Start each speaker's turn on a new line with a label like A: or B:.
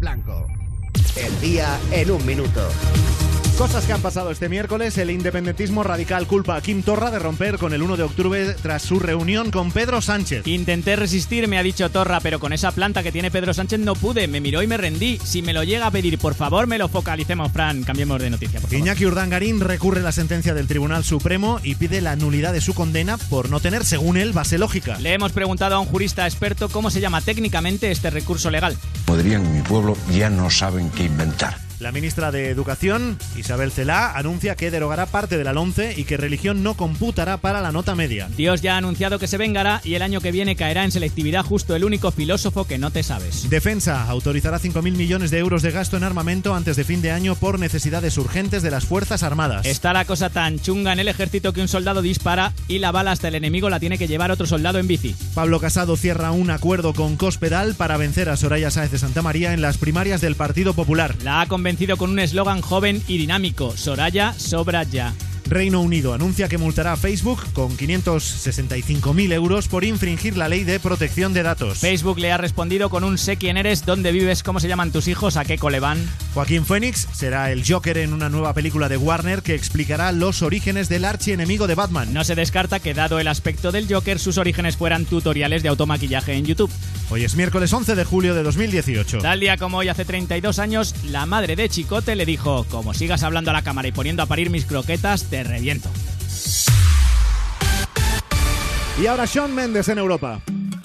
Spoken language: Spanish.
A: Blanco. El día en un minuto.
B: Cosas que han pasado este miércoles, el independentismo radical culpa a Kim Torra de romper con el 1 de octubre tras su reunión con Pedro Sánchez.
C: Intenté resistir, me ha dicho Torra, pero con esa planta que tiene Pedro Sánchez no pude, me miró y me rendí. Si me lo llega a pedir, por favor, me lo focalicemos, Fran. Cambiemos de noticia, por favor.
B: Iñaki Urdangarín recurre la sentencia del Tribunal Supremo y pide la nulidad de su condena por no tener, según él, base lógica.
C: Le hemos preguntado a un jurista experto cómo se llama técnicamente este recurso legal.
D: Podrían en mi pueblo, ya no saben qué inventar.
B: La ministra de Educación, Isabel Celá, anuncia que derogará parte de la 11 y que religión no computará para la nota media.
C: Dios ya ha anunciado que se vengará y el año que viene caerá en selectividad justo el único filósofo que no te sabes.
B: Defensa autorizará 5.000 millones de euros de gasto en armamento antes de fin de año por necesidades urgentes de las Fuerzas Armadas.
C: Está la cosa tan chunga en el ejército que un soldado dispara y la bala hasta el enemigo la tiene que llevar otro soldado en bici.
B: Pablo Casado cierra un acuerdo con Cospedal para vencer a Soraya Sáez de Santa María en las primarias del Partido Popular.
C: La ha vencido con un eslogan joven y dinámico, Soraya sobra ya.
B: Reino Unido anuncia que multará a Facebook con 565.000 euros por infringir la ley de protección de datos.
C: Facebook le ha respondido con un sé quién eres, dónde vives, cómo se llaman tus hijos, a qué cole van.
B: Joaquín Phoenix será el Joker en una nueva película de Warner que explicará los orígenes del archienemigo de Batman.
C: No se descarta que dado el aspecto del Joker sus orígenes fueran tutoriales de automaquillaje en YouTube.
B: Hoy es miércoles 11 de julio de 2018.
C: Tal día como hoy hace 32 años, la madre de Chicote le dijo, como sigas hablando a la cámara y poniendo a parir mis croquetas, te reviento.
B: Y ahora Sean Méndez en Europa.